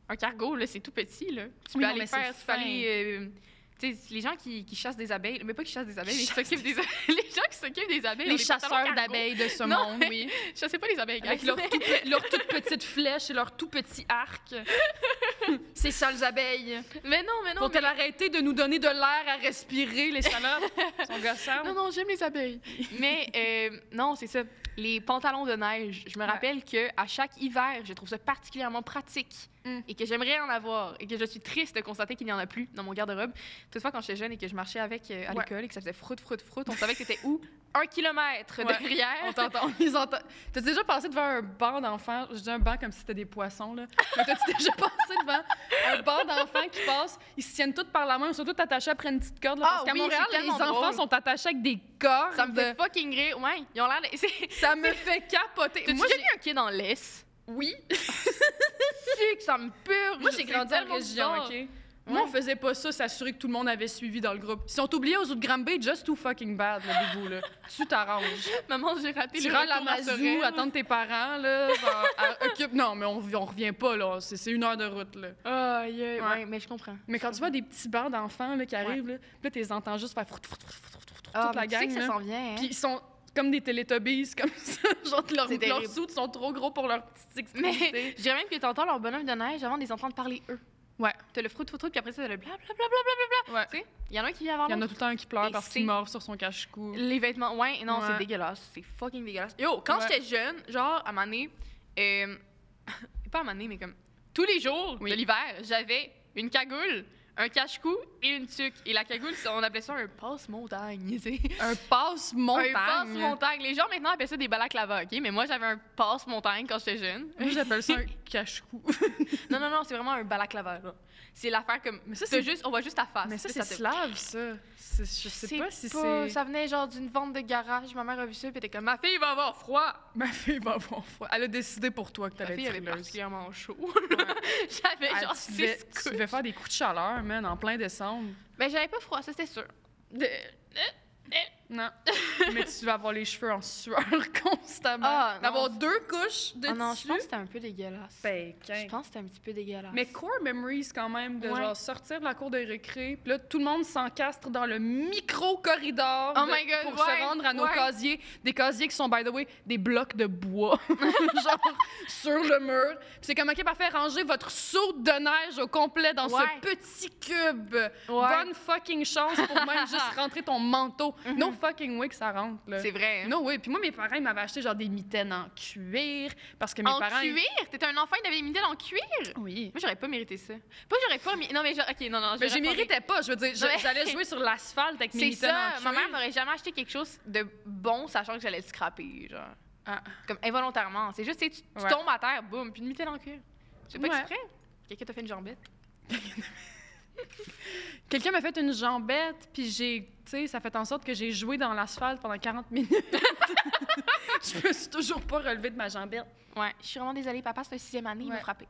[SPEAKER 1] Un cargo, là, c'est tout petit, là. Tu
[SPEAKER 2] Oui,
[SPEAKER 1] peux
[SPEAKER 2] non,
[SPEAKER 1] aller
[SPEAKER 2] mais
[SPEAKER 1] faire,
[SPEAKER 2] c'est
[SPEAKER 1] tu peux aller, euh, Tu sais, les gens qui, qui chassent des abeilles, mais pas qui chassent des abeilles,
[SPEAKER 2] Qui
[SPEAKER 1] mais qui
[SPEAKER 2] chassent
[SPEAKER 1] s'occupent des abeilles- [laughs] les gens qui s'occupent des abeilles.
[SPEAKER 2] les
[SPEAKER 1] ont des pantalons cargo.
[SPEAKER 2] chasseurs d'abeilles de ce
[SPEAKER 1] Non,
[SPEAKER 2] monde,
[SPEAKER 1] [laughs]
[SPEAKER 2] oui.
[SPEAKER 1] Je sais pas les abeilles,
[SPEAKER 2] Avec
[SPEAKER 1] guys.
[SPEAKER 2] leur, tout pe- leur toute petite flèche et leur tout petit arc. Ces sales abeilles.
[SPEAKER 1] [laughs] Mais non, mais non.
[SPEAKER 2] Vont-elles
[SPEAKER 1] mais-
[SPEAKER 2] arrêter de nous donner de l'air à respirer, les salopes? Elles sont gossantes.
[SPEAKER 1] Ah Non, non, j'aime les abeilles. mais euh, non, c'est ça. Les pantalons de neige, je me
[SPEAKER 2] Ouais.
[SPEAKER 1] rappelle que à chaque hiver, je trouve ça particulièrement pratique
[SPEAKER 2] Mm.
[SPEAKER 1] et que j'aimerais en avoir et que je suis triste de constater qu'il n'y en a plus dans mon garde-robe. Toutefois, quand j'étais jeune et que je marchais avec euh, à
[SPEAKER 2] Ouais.
[SPEAKER 1] l'école et que ça faisait froute, froute, froute, on savait que c'était où? Un kilomètre
[SPEAKER 2] Ouais.
[SPEAKER 1] derrière.
[SPEAKER 2] On t'entend, on les entend. T'as déjà passé devant un banc d'enfants? Je dis un banc comme si c'était des poissons, là. Mais t'as-tu déjà [laughs] passé devant un banc d'enfants qui passent? Ils se tiennent tous par la main, ils sont tous attachés après une petite corde. là,
[SPEAKER 1] Ah
[SPEAKER 2] parce qu'à
[SPEAKER 1] oui,
[SPEAKER 2] Montréal,
[SPEAKER 1] c'est
[SPEAKER 2] les
[SPEAKER 1] tellement
[SPEAKER 2] enfants
[SPEAKER 1] drôle.
[SPEAKER 2] sont attachés avec des cordes.
[SPEAKER 1] Ça me fait fucking rire. Ouais, ils ont l'air. de- [laughs] c'est-
[SPEAKER 2] Ça me fait capoter.
[SPEAKER 1] T'as-tu
[SPEAKER 2] Moi,
[SPEAKER 1] déjà
[SPEAKER 2] j'ai...
[SPEAKER 1] vu un kid en laisse?
[SPEAKER 2] Oui.
[SPEAKER 1] C'est que ça me purge.
[SPEAKER 2] Moi, j'ai
[SPEAKER 1] c'est
[SPEAKER 2] grandi en
[SPEAKER 1] tellement
[SPEAKER 2] région,
[SPEAKER 1] bizarre.
[SPEAKER 2] OK? Moi, on faisait pas ça, s'assurer que tout le monde avait suivi dans le groupe. Si on t'oubliait aux autres Granby, just too fucking bad, le boubou, là.
[SPEAKER 1] [laughs]
[SPEAKER 2] Tu t'arranges.
[SPEAKER 1] Maman, j'ai raté
[SPEAKER 2] Tu
[SPEAKER 1] le
[SPEAKER 2] rends la
[SPEAKER 1] retour à
[SPEAKER 2] mazou,
[SPEAKER 1] Sorel.
[SPEAKER 2] attendre tes parents, là. genre,
[SPEAKER 1] [laughs]
[SPEAKER 2] à- occupe- Non, mais on, on revient pas, là. C'est c'est une heure de route, là.
[SPEAKER 1] Aïe, aïe,
[SPEAKER 2] Ouais.
[SPEAKER 1] ouais. mais je comprends.
[SPEAKER 2] Mais quand tu vois des petits bancs d'enfants, là, qui arrivent, là, puis là, t'es entends juste faire froute, froute, froute, froute, froute, froute, toute la
[SPEAKER 1] Ah, mais tu
[SPEAKER 2] gang,
[SPEAKER 1] sais que ça
[SPEAKER 2] là.
[SPEAKER 1] s'en vient. Hein?
[SPEAKER 2] Puis ils sont comme des Teletubbies, comme ça. [laughs] Genre, leurs
[SPEAKER 1] C'est
[SPEAKER 2] leurs
[SPEAKER 1] terrible.
[SPEAKER 2] soutes sont trop gros pour leur petite extrémité.
[SPEAKER 1] [laughs] mais je dirais même que t'entends leur bonhomme de neige avant de les entendre parler eux.
[SPEAKER 2] Ouais.
[SPEAKER 1] T'as le froute, froute, froute, puis après ça, t'as le blablabla. Bla, bla,
[SPEAKER 2] Ouais.
[SPEAKER 1] Tu sais, il y en a un qui vient avant
[SPEAKER 2] Il y en a
[SPEAKER 1] l'autre.
[SPEAKER 2] tout le temps un qui pleure
[SPEAKER 1] Et
[SPEAKER 2] parce
[SPEAKER 1] c'est-
[SPEAKER 2] qu'il mord sur son cache-cou.
[SPEAKER 1] Les vêtements, ouais, non,
[SPEAKER 2] Ouais.
[SPEAKER 1] c'est dégueulasse. C'est fucking dégueulasse. Yo, quand
[SPEAKER 2] Ouais.
[SPEAKER 1] j'étais jeune, genre, à un moment donné, euh, [laughs] pas à un moment donné, mais comme tous les jours
[SPEAKER 2] Oui.
[SPEAKER 1] de l'hiver, j'avais une cagoule, un cache-cou et une tuque. Et la cagoule, ça- on appelait ça un passe-montagne, tu sais.
[SPEAKER 2] Un passe-montagne.
[SPEAKER 1] Un passe-montagne. Les gens maintenant appellent ça des balaclavas, OK? Mais moi, j'avais un passe-montagne quand j'étais jeune.
[SPEAKER 2] Moi, j'appelle ça un [laughs] cache-cou.
[SPEAKER 1] Non, non, non, c'est vraiment un balaclava, là. C'est l'affaire comme. Mais ça,
[SPEAKER 2] c'est-
[SPEAKER 1] c'est juste. On voit juste ta face.
[SPEAKER 2] Mais Ah, ça,
[SPEAKER 1] Puis
[SPEAKER 2] c'est
[SPEAKER 1] te-
[SPEAKER 2] slave, ça. C'est- Je sais pas si c'est.
[SPEAKER 1] Ça venait genre d'une vente de garage. Ma mère a vu ça, puis elle était comme Ma fille va avoir froid.
[SPEAKER 2] Ma fille va avoir froid. Elle a décidé pour toi que
[SPEAKER 1] Ma
[SPEAKER 2] t'allais
[SPEAKER 1] fille
[SPEAKER 2] être
[SPEAKER 1] avait
[SPEAKER 2] frileuse.
[SPEAKER 1] particulièrement chaud.
[SPEAKER 2] Ouais.
[SPEAKER 1] [laughs] J'avais
[SPEAKER 2] Ah,
[SPEAKER 1] genre
[SPEAKER 2] tu, devais,
[SPEAKER 1] 6
[SPEAKER 2] tu devais faire des coups de chaleur, man, en plein décembre.
[SPEAKER 1] Mais Ben, j'avais pas froid, ça c'était sûr. De-
[SPEAKER 2] Non. [laughs] Mais tu vas avoir les cheveux en sueur [laughs] constamment.
[SPEAKER 1] Ah,
[SPEAKER 2] D'avoir
[SPEAKER 1] non.
[SPEAKER 2] deux couches de
[SPEAKER 1] Ah non, je
[SPEAKER 2] tissu.
[SPEAKER 1] pense que c'était un peu dégueulasse.
[SPEAKER 2] Ben, quin.
[SPEAKER 1] Je pense que c'était un petit peu dégueulasse.
[SPEAKER 2] Mais core memories quand même, de
[SPEAKER 1] Ouais.
[SPEAKER 2] genre sortir de la cour de récré, puis là tout le monde s'encastre dans le micro corridor
[SPEAKER 1] Oh
[SPEAKER 2] de-
[SPEAKER 1] my God,
[SPEAKER 2] pour se
[SPEAKER 1] ouais,
[SPEAKER 2] rendre à nos
[SPEAKER 1] ouais.
[SPEAKER 2] casiers, des casiers qui sont by the way des blocs de bois, [laughs] genre sur le mur. Puis c'est comme ok parfait, rangez votre soute de neige au complet dans
[SPEAKER 1] Ouais.
[SPEAKER 2] ce petit cube.
[SPEAKER 1] Ouais.
[SPEAKER 2] Bonne fucking chance
[SPEAKER 1] [laughs]
[SPEAKER 2] pour même juste rentrer ton manteau. No fucking way que ça rentre là.
[SPEAKER 1] Mhm. C'est vrai. hein?
[SPEAKER 2] No way. Puis moi mes parents ils m'avaient acheté genre des mitaines en cuir parce que mes
[SPEAKER 1] en
[SPEAKER 2] parents ils-
[SPEAKER 1] cuir T'étais un enfant, il avait des midelles en cuir
[SPEAKER 2] oui.
[SPEAKER 1] Moi, j'aurais pas mérité ça. Pas, j'aurais pas. mi- Non, mais genre, ok, non, non.
[SPEAKER 2] Mais
[SPEAKER 1] j'aurais
[SPEAKER 2] je
[SPEAKER 1] pas
[SPEAKER 2] méritais pas, je veux dire, je-
[SPEAKER 1] Ouais.
[SPEAKER 2] j'allais jouer sur l'asphalte avec mes
[SPEAKER 1] C'est
[SPEAKER 2] mitaines
[SPEAKER 1] ça,
[SPEAKER 2] en
[SPEAKER 1] ma
[SPEAKER 2] cuir.
[SPEAKER 1] mère m'aurait jamais acheté quelque chose de bon sachant que j'allais le scraper, genre.
[SPEAKER 2] Ah.
[SPEAKER 1] Comme involontairement. C'est juste, tu, sais, tu- tu
[SPEAKER 2] Ouais.
[SPEAKER 1] tombes à terre, boum, puis une mitaine en cuir. C'est pas
[SPEAKER 2] Ouais.
[SPEAKER 1] exprès. Quelqu'un t'a fait une jambette.
[SPEAKER 2] Quelqu'un m'a fait une jambette, puis j'ai, tu sais, ça fait en sorte que j'ai joué dans l'asphalte pendant 40 minutes. [laughs] je me suis toujours pas relevée de ma jambette.
[SPEAKER 1] Ouais, je suis vraiment désolée, papa, c'est un sixième année, il
[SPEAKER 2] Ouais.
[SPEAKER 1] m'a frappé.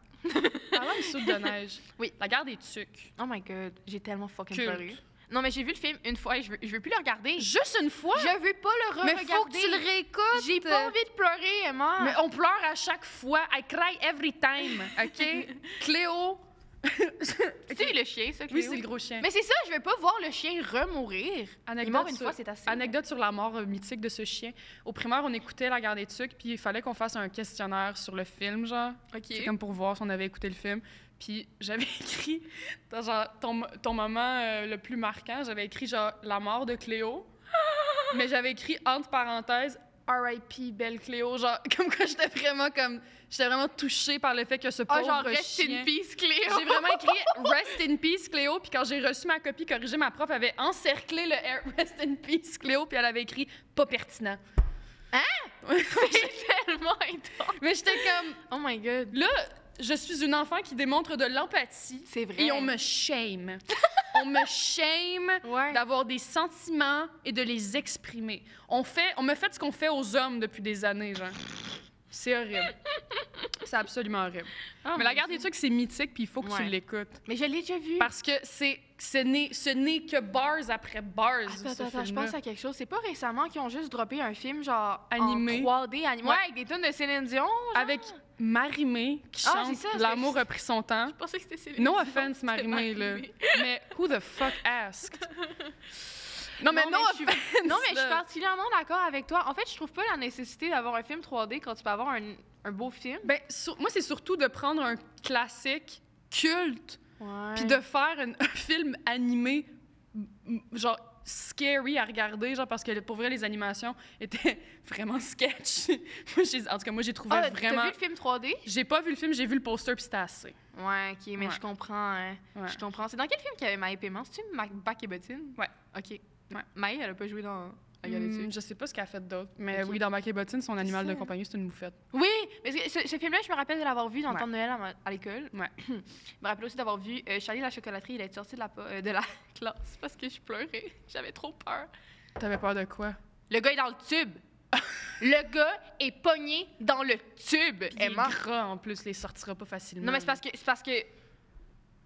[SPEAKER 2] Parlant de soupe de [laughs] neige.
[SPEAKER 1] Oui.
[SPEAKER 2] La guerre des tucs.
[SPEAKER 1] Oh my god, j'ai tellement fucking
[SPEAKER 2] Culte.
[SPEAKER 1] pleuré. Non, mais j'ai vu le film une fois et je veux, je veux plus le regarder.
[SPEAKER 2] Juste une fois.
[SPEAKER 1] Je veux pas le
[SPEAKER 2] Mais
[SPEAKER 1] re-regarder.
[SPEAKER 2] faut que tu le réécoutes.
[SPEAKER 1] J'ai pas envie de pleurer, Emma.
[SPEAKER 2] Mais on pleure à chaque fois. I cry every time. OK? [laughs] Cléo.
[SPEAKER 1] Tu sais, le chien, ça,
[SPEAKER 2] Oui,
[SPEAKER 1] Cléo?
[SPEAKER 2] c'est le gros chien.
[SPEAKER 1] Mais c'est ça, je veux pas voir le chien remourir. Il meurt une
[SPEAKER 2] sur-
[SPEAKER 1] fois, c'est assez.
[SPEAKER 2] Anecdote sur la mort euh, mythique de ce chien. Au primaire, on écoutait La Garde des Tucs, puis il fallait qu'on fasse un questionnaire sur le film, genre.
[SPEAKER 1] Ok.
[SPEAKER 2] C'est comme pour voir si on avait écouté le film. Puis j'avais [laughs] écrit, dans genre, ton, ton moment euh, le plus marquant, j'avais écrit, genre, La mort
[SPEAKER 1] [laughs]
[SPEAKER 2] de Cléo. mais j'avais écrit, entre parenthèses, R.I.P. Belle Cléo. Genre, [laughs] comme quoi j'étais vraiment comme. J'étais vraiment touchée par le fait que ce pauvre
[SPEAKER 1] Ah, genre, rest
[SPEAKER 2] chien-
[SPEAKER 1] in peace, Cléo.
[SPEAKER 2] j'ai vraiment écrit Rest in peace Cléo, puis quand j'ai reçu ma copie corrigée, ma prof avait encerclé le air Rest in peace Cléo, puis elle avait écrit pas pertinent.
[SPEAKER 1] C'est tellement intense.
[SPEAKER 2] Mais j'étais comme
[SPEAKER 1] Oh my god.
[SPEAKER 2] là, je suis une enfant qui démontre de l'empathie
[SPEAKER 1] C'est vrai.
[SPEAKER 2] et on me shame. on me shame
[SPEAKER 1] Ouais.
[SPEAKER 2] d'avoir des sentiments et de les exprimer. On fait on me fait ce qu'on fait aux hommes depuis des années, genre. C'est horrible. C'est absolument horrible. Mais la garde des trucs, c'est mythique, puis il faut que tu
[SPEAKER 1] Oh Ouais.
[SPEAKER 2] l'écoutes.
[SPEAKER 1] Ah, Mais je l'ai déjà vu.
[SPEAKER 2] Parce que c'est ce n'est ce n'est que bars après bars.
[SPEAKER 1] Attends,
[SPEAKER 2] ce
[SPEAKER 1] attends, attends, je
[SPEAKER 2] film-là.
[SPEAKER 1] pense à quelque chose. C'est pas récemment qu'ils ont juste droppé un film genre en
[SPEAKER 2] Animé.
[SPEAKER 1] 3D animé.
[SPEAKER 2] Ouais.
[SPEAKER 1] Ouais, avec des tonnes de Céline Dion.
[SPEAKER 2] avec Marimé qui
[SPEAKER 1] Ah,
[SPEAKER 2] chante
[SPEAKER 1] c'est ça,
[SPEAKER 2] L'amour
[SPEAKER 1] c'est-
[SPEAKER 2] a pris son
[SPEAKER 1] [laughs]
[SPEAKER 2] temps.
[SPEAKER 1] Je pensais que c'était Céline
[SPEAKER 2] No
[SPEAKER 1] Dion,
[SPEAKER 2] offense,
[SPEAKER 1] c'était
[SPEAKER 2] Marimé, là.
[SPEAKER 1] Marie-Mé.
[SPEAKER 2] Mais who the fuck asked?
[SPEAKER 1] [laughs]
[SPEAKER 2] Non, mais
[SPEAKER 1] Non,
[SPEAKER 2] non,
[SPEAKER 1] mais je suis- Non, mais je suis
[SPEAKER 2] là.
[SPEAKER 1] particulièrement d'accord avec toi. En fait, je trouve pas la nécessité d'avoir un film 3D quand tu peux avoir un, un beau film.
[SPEAKER 2] Ben, sur- moi, c'est surtout de prendre un classique culte
[SPEAKER 1] Ouais. Ah,
[SPEAKER 2] puis de faire une- un [laughs] film animé, m- m- genre scary à regarder, genre parce que pour vrai, les animations étaient [laughs] vraiment sketch. [laughs] moi, j'ai- en tout cas, moi, j'ai trouvé
[SPEAKER 1] Ah,
[SPEAKER 2] vraiment.
[SPEAKER 1] T'as vu le film 3D?
[SPEAKER 2] J'ai pas vu le film, j'ai vu le poster puis c'était assez.
[SPEAKER 1] Ouais, ok, mais
[SPEAKER 2] Ouais.
[SPEAKER 1] je comprends. hein.
[SPEAKER 2] Ouais.
[SPEAKER 1] Je comprends. C'est dans quel film qu'il y avait Maï Paiement? C'est-tu Ma- Bac et Bottine?
[SPEAKER 2] Ouais.
[SPEAKER 1] Ok.
[SPEAKER 2] Ouais.
[SPEAKER 1] Maï, elle a pas joué dans. Regardez
[SPEAKER 2] Hmm, je sais pas ce qu'elle a fait d'autre, mais
[SPEAKER 1] Ok.
[SPEAKER 2] oui, dans Mac et Bottine, son animal
[SPEAKER 1] ça.
[SPEAKER 2] de compagnie, c'est une moufette.
[SPEAKER 1] Oui, mais ce, ce- ce film-là, je me rappelle de l'avoir vu dans le
[SPEAKER 2] Ouais.
[SPEAKER 1] temps de Noël à, ma- à l'école.
[SPEAKER 2] Ouais.
[SPEAKER 1] [clears throat] je me rappelle aussi d'avoir vu euh, Charlie la chocolaterie, il est sorti de la, po- euh, de la [laughs] classe parce que je pleurais. [laughs] J'avais trop peur.
[SPEAKER 2] T'avais peur de quoi?
[SPEAKER 1] Le gars est dans le tube. [laughs] le gars est pogné dans le tube,
[SPEAKER 2] Puis Il est
[SPEAKER 1] Emma.
[SPEAKER 2] gras, en plus, les sortira pas facilement.
[SPEAKER 1] Non, mais c'est parce que. C'est parce que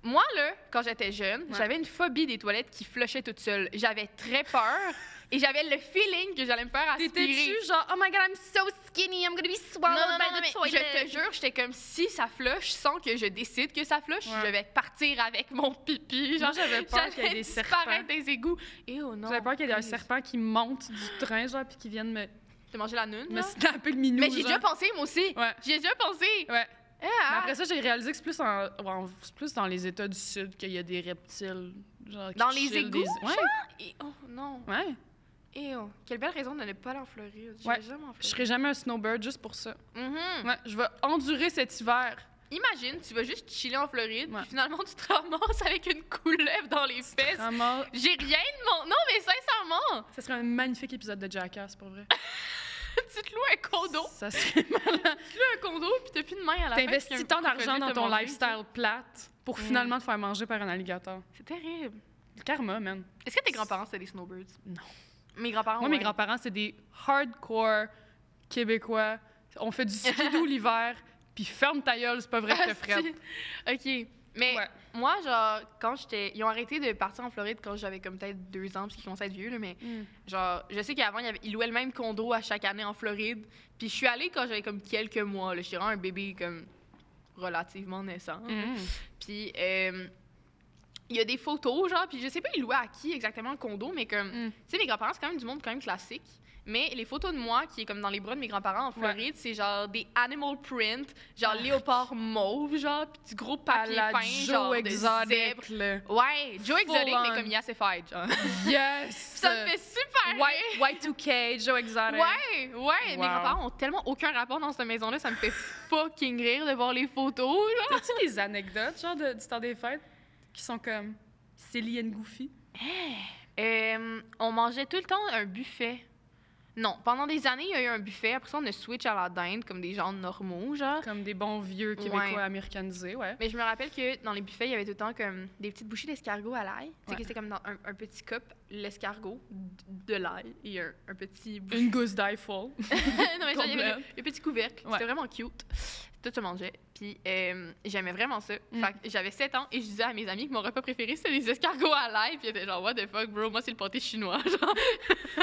[SPEAKER 1] moi, là, quand j'étais jeune, j'avais une phobie des toilettes qui flushaient toute seule. J'avais très peur et j'avais le feeling que j'allais me faire aspirer.
[SPEAKER 2] T'étais-tu genre, oh my god, I'm so skinny, I'm gonna be
[SPEAKER 1] Non,
[SPEAKER 2] swallowed
[SPEAKER 1] non,
[SPEAKER 2] by
[SPEAKER 1] non,
[SPEAKER 2] the
[SPEAKER 1] mais je
[SPEAKER 2] toilet.
[SPEAKER 1] te jure, j'étais comme si ça flush sans que je décide que ça flush,
[SPEAKER 2] Ouais.
[SPEAKER 1] je vais partir avec mon pipi. Genre,
[SPEAKER 2] Moi, j'avais peur qu'il y
[SPEAKER 1] [laughs]
[SPEAKER 2] ait
[SPEAKER 1] j'allais
[SPEAKER 2] des serpents.
[SPEAKER 1] disparaître des égouts. Et oh non.
[SPEAKER 2] J'avais peur qu'il y ait un
[SPEAKER 1] please.
[SPEAKER 2] serpent qui monte du train, genre, puis qui vienne me,
[SPEAKER 1] T'as mangé la nune?
[SPEAKER 2] me
[SPEAKER 1] là?
[SPEAKER 2] snapper le minou.
[SPEAKER 1] Mais j'ai
[SPEAKER 2] genre.
[SPEAKER 1] déjà pensé, moi aussi.
[SPEAKER 2] Ouais.
[SPEAKER 1] J'ai déjà pensé.
[SPEAKER 2] Ouais.
[SPEAKER 1] Ah,
[SPEAKER 2] Mais après ça, j'ai réalisé que c'est plus, en, en- c'est plus dans les États du Sud qu'il y a des reptiles. Genre, qui
[SPEAKER 1] Dans les
[SPEAKER 2] chillent des-
[SPEAKER 1] égouts,
[SPEAKER 2] Ouais.
[SPEAKER 1] et- oh non.
[SPEAKER 2] ouais.
[SPEAKER 1] Et oh. Quelle belle raison de ne pas aller en Floride. J'irai
[SPEAKER 2] Ouais.
[SPEAKER 1] jamais en Floride.
[SPEAKER 2] Je serai jamais un snowbird juste pour ça.
[SPEAKER 1] Mhm.
[SPEAKER 2] Ouais, je vais endurer cet hiver.
[SPEAKER 1] Imagine, tu vas juste chiller en Floride,
[SPEAKER 2] Ouais.
[SPEAKER 1] puis finalement, tu te ramasses avec une couleuvre dans les fesses.
[SPEAKER 2] Vraiment,
[SPEAKER 1] J'ai rien de mon... Non, mais sincèrement, [laughs]
[SPEAKER 2] ça serait un magnifique épisode de Jackass, pour vrai.
[SPEAKER 1] tu te loues un condo.
[SPEAKER 2] Ça
[SPEAKER 1] [laughs]
[SPEAKER 2] serait malin.
[SPEAKER 1] un condo puis t'as plus de main à la fin.
[SPEAKER 2] T'investis
[SPEAKER 1] puis
[SPEAKER 2] tant
[SPEAKER 1] un crocodile
[SPEAKER 2] d'argent dans
[SPEAKER 1] t'a
[SPEAKER 2] ton
[SPEAKER 1] mangé,
[SPEAKER 2] lifestyle plate pour
[SPEAKER 1] Mm.
[SPEAKER 2] finalement te faire manger par un alligator.
[SPEAKER 1] tu sais. C'est terrible.
[SPEAKER 2] Le karma, man.
[SPEAKER 1] Est-ce que tes grands-parents, c'était des snowbirds?
[SPEAKER 2] Non.
[SPEAKER 1] Mes grands-parents,
[SPEAKER 2] Moi, mes
[SPEAKER 1] Ah ouais.
[SPEAKER 2] grands-parents, c'est des hardcore Québécois. On fait
[SPEAKER 1] [laughs]
[SPEAKER 2] du skidoo l'hiver, puis ferme ta gueule, c'est pas vrai que
[SPEAKER 1] Ah,
[SPEAKER 2] te frette.
[SPEAKER 1] si. OK. Mais
[SPEAKER 2] Ouais.
[SPEAKER 1] moi, genre, quand j'étais... Ils ont arrêté de partir en Floride quand j'avais comme peut-être deux ans, parce qu'ils commençaient à être vieux, là, mais
[SPEAKER 2] Mm.
[SPEAKER 1] genre, je sais qu'avant, il y avait- ils louaient le même condo à chaque année en Floride. Puis je suis allée quand j'avais comme quelques mois, là. J'étais vraiment un bébé, comme, relativement naissant.
[SPEAKER 2] Mm.
[SPEAKER 1] Puis euh, il y a des photos, genre, puis je sais pas, ils louaient à qui exactement le condo, mais comme,
[SPEAKER 2] Mm.
[SPEAKER 1] tu sais, mes grands-parents, c'est quand même du monde quand même classique. Mais les photos de moi qui est comme dans les bras de mes grands-parents en Floride, c'est genre des animal print, genre léopard mauve, genre, puis du gros
[SPEAKER 2] À
[SPEAKER 1] papier
[SPEAKER 2] la
[SPEAKER 1] peint, genre
[SPEAKER 2] Joe
[SPEAKER 1] de zèbre.
[SPEAKER 2] Exotic, là.
[SPEAKER 1] Ouais, Joe
[SPEAKER 2] Full
[SPEAKER 1] Exotic,
[SPEAKER 2] on.
[SPEAKER 1] mais comme Yassified, genre.
[SPEAKER 2] Yes!
[SPEAKER 1] [laughs] Ça me fait super rire.
[SPEAKER 2] Y, 2 k Joe Exotic.
[SPEAKER 1] Ouais, ouais, mes
[SPEAKER 2] euh, Wow.
[SPEAKER 1] grands-parents ont tellement aucun rapport dans cette maison-là, ça me
[SPEAKER 2] [laughs]
[SPEAKER 1] fait fucking rire de voir les photos, là.
[SPEAKER 2] T'as-tu des anecdotes, genre, de- du temps des fêtes, qui sont comme Silly and Goofy?
[SPEAKER 1] Euh, on mangeait tout le temps un buffet. Non, pendant des années, il y a eu un buffet. Après ça, on a switch à la dinde, comme des gens normaux, genre.
[SPEAKER 2] [laughs] Comme des bons vieux Québécois
[SPEAKER 1] Ouais.
[SPEAKER 2] américanisés, ouais.
[SPEAKER 1] Mais je me rappelle que dans les buffets, il y avait tout le temps comme des petites bouchées d'escargot à l'ail. Tu sais
[SPEAKER 2] Ouais.
[SPEAKER 1] que c'était comme dans un, un petit cup, l'escargot, d- de l'ail et un, un petit bouchon.
[SPEAKER 2] Une gousse d'aifol.
[SPEAKER 1] [laughs] non, mais genre, il y avait
[SPEAKER 2] Complète.
[SPEAKER 1] le, le petit couvercle.
[SPEAKER 2] Ouais.
[SPEAKER 1] C'était vraiment cute. Tout se mangeait. Puis euh, j'aimais vraiment ça.
[SPEAKER 2] Mm.
[SPEAKER 1] Fait que j'avais 7 ans et je disais à mes amis que mon repas préféré, c'était les escargots à l'ail. Puis ils étaient genre, what the fuck, bro, moi, c'est le pâté chinois. [laughs] genre.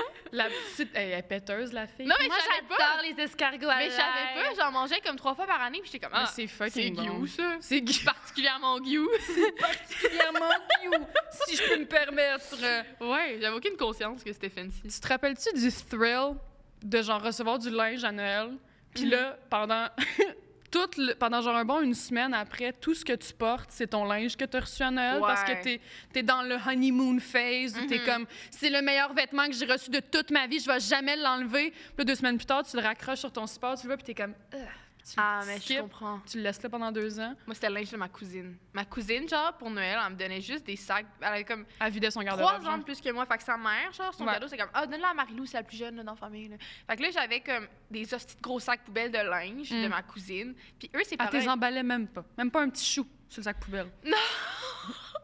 [SPEAKER 2] [laughs] La petite... Elle est péteuse, la fille.
[SPEAKER 1] Non, mais j'avais pas.
[SPEAKER 2] les escargots à
[SPEAKER 1] Mais je savais pas, j'en mangeais comme trois fois par année, puis j'étais comme, ah, c'est
[SPEAKER 2] c'est fucking bon.
[SPEAKER 1] guiou, ça.
[SPEAKER 2] C'est
[SPEAKER 1] Je suis particulièrement guiou. [laughs]
[SPEAKER 2] particulièrement guiou, si je peux me permettre. euh,
[SPEAKER 1] ouais, j'avais aucune conscience que c'était fancy.
[SPEAKER 2] Tu te rappelles-tu du thrill de genre recevoir du linge à Noël, puis
[SPEAKER 1] Mhm.
[SPEAKER 2] là, pendant... [laughs] Tout le- pendant genre un bon une semaine après, tout ce que tu portes, c'est ton linge que tu as reçu à Noël parce que
[SPEAKER 1] Ouais.
[SPEAKER 2] t'es es dans le honeymoon phase où t'es
[SPEAKER 1] Mhm.
[SPEAKER 2] comme c'est le meilleur vêtement que j'ai reçu de toute ma vie, je vais jamais l'enlever. Puis là, deux semaines plus tard, tu le raccroches sur ton sport, tu le vois, puis t'es comme Ugh. Puis tu le
[SPEAKER 1] Ah, mais je
[SPEAKER 2] skippes,
[SPEAKER 1] comprends.
[SPEAKER 2] tu le laisses là pendant deux ans.
[SPEAKER 1] Moi, c'était le linge de ma cousine. Ma cousine, genre, pour Noël, elle me donnait juste des sacs. Elle avait comme
[SPEAKER 2] Elle vidait son garde-robe.
[SPEAKER 1] trois ans de plus que moi. Fait que sa mère, genre, son
[SPEAKER 2] Ouais.
[SPEAKER 1] cadeau, c'est comme, ah, donne-la à Marilou, c'est la plus jeune là, dans la famille. là. Fait que là, j'avais comme des hosties de gros sacs poubelles de linge
[SPEAKER 2] Mm.
[SPEAKER 1] de ma cousine. Puis eux, c'est
[SPEAKER 2] Elle
[SPEAKER 1] pareil.
[SPEAKER 2] tes emballait même pas. Même pas un petit chou sur le sac poubelle.
[SPEAKER 1] Non.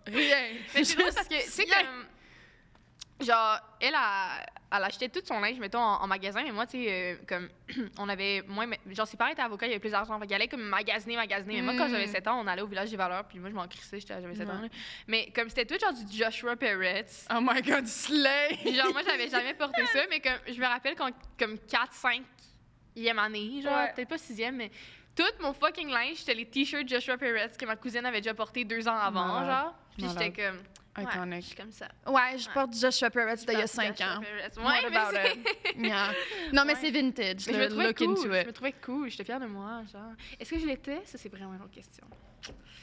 [SPEAKER 2] Rien!
[SPEAKER 1] Mais c'est drôle parce que, tu sais,
[SPEAKER 2] Rien.
[SPEAKER 1] comme. Genre, elle a. elle achetait tout son linge, mettons, en, en magasin, mais moi, tu sais, euh, comme, [clears throat] on avait moins. mais- Genre, ses parents étaient avocats, il y avait plus d'argent. Fait qu'elle allait comme magasiner, magasiner. Mais moi, quand
[SPEAKER 2] Mm.
[SPEAKER 1] j'avais 7 ans, on allait au village des valeurs, puis moi, je m'en crissais, j'étais- j'avais 7 ans.
[SPEAKER 2] Ouais.
[SPEAKER 1] là. Mais comme c'était tout genre du Joshua Peretz.
[SPEAKER 2] Oh my god, slay!
[SPEAKER 1] Puis genre, moi, j'avais jamais porté ça, mais comme, je me rappelle quand, comme 4, 5e année, genre,
[SPEAKER 2] Ouais.
[SPEAKER 1] peut-être pas 6e, mais tout mon fucking linge, c'était les t-shirts Joshua Peretz que ma cousine avait déjà porté deux ans avant,
[SPEAKER 2] Malade.
[SPEAKER 1] genre. Puis
[SPEAKER 2] Malade.
[SPEAKER 1] j'étais comme. ouais, je
[SPEAKER 2] Iconic.
[SPEAKER 1] suis comme ça.
[SPEAKER 3] Ouais, je porte Joshua Peretz d'il y a 5
[SPEAKER 1] Joshua
[SPEAKER 3] ans.
[SPEAKER 1] Peretz.
[SPEAKER 3] What
[SPEAKER 1] Ouais, mais
[SPEAKER 3] about
[SPEAKER 1] c'est-
[SPEAKER 3] it? Yeah. Non, mais
[SPEAKER 1] Ouais.
[SPEAKER 3] c'est vintage.
[SPEAKER 1] Mais je
[SPEAKER 3] là,
[SPEAKER 1] me trouvais
[SPEAKER 3] look
[SPEAKER 1] cool.
[SPEAKER 3] into
[SPEAKER 1] Je
[SPEAKER 3] it.
[SPEAKER 1] me trouvais cool. J'étais fière de moi, genre. Est-ce que je l'étais Ça, c'est vraiment une autre question.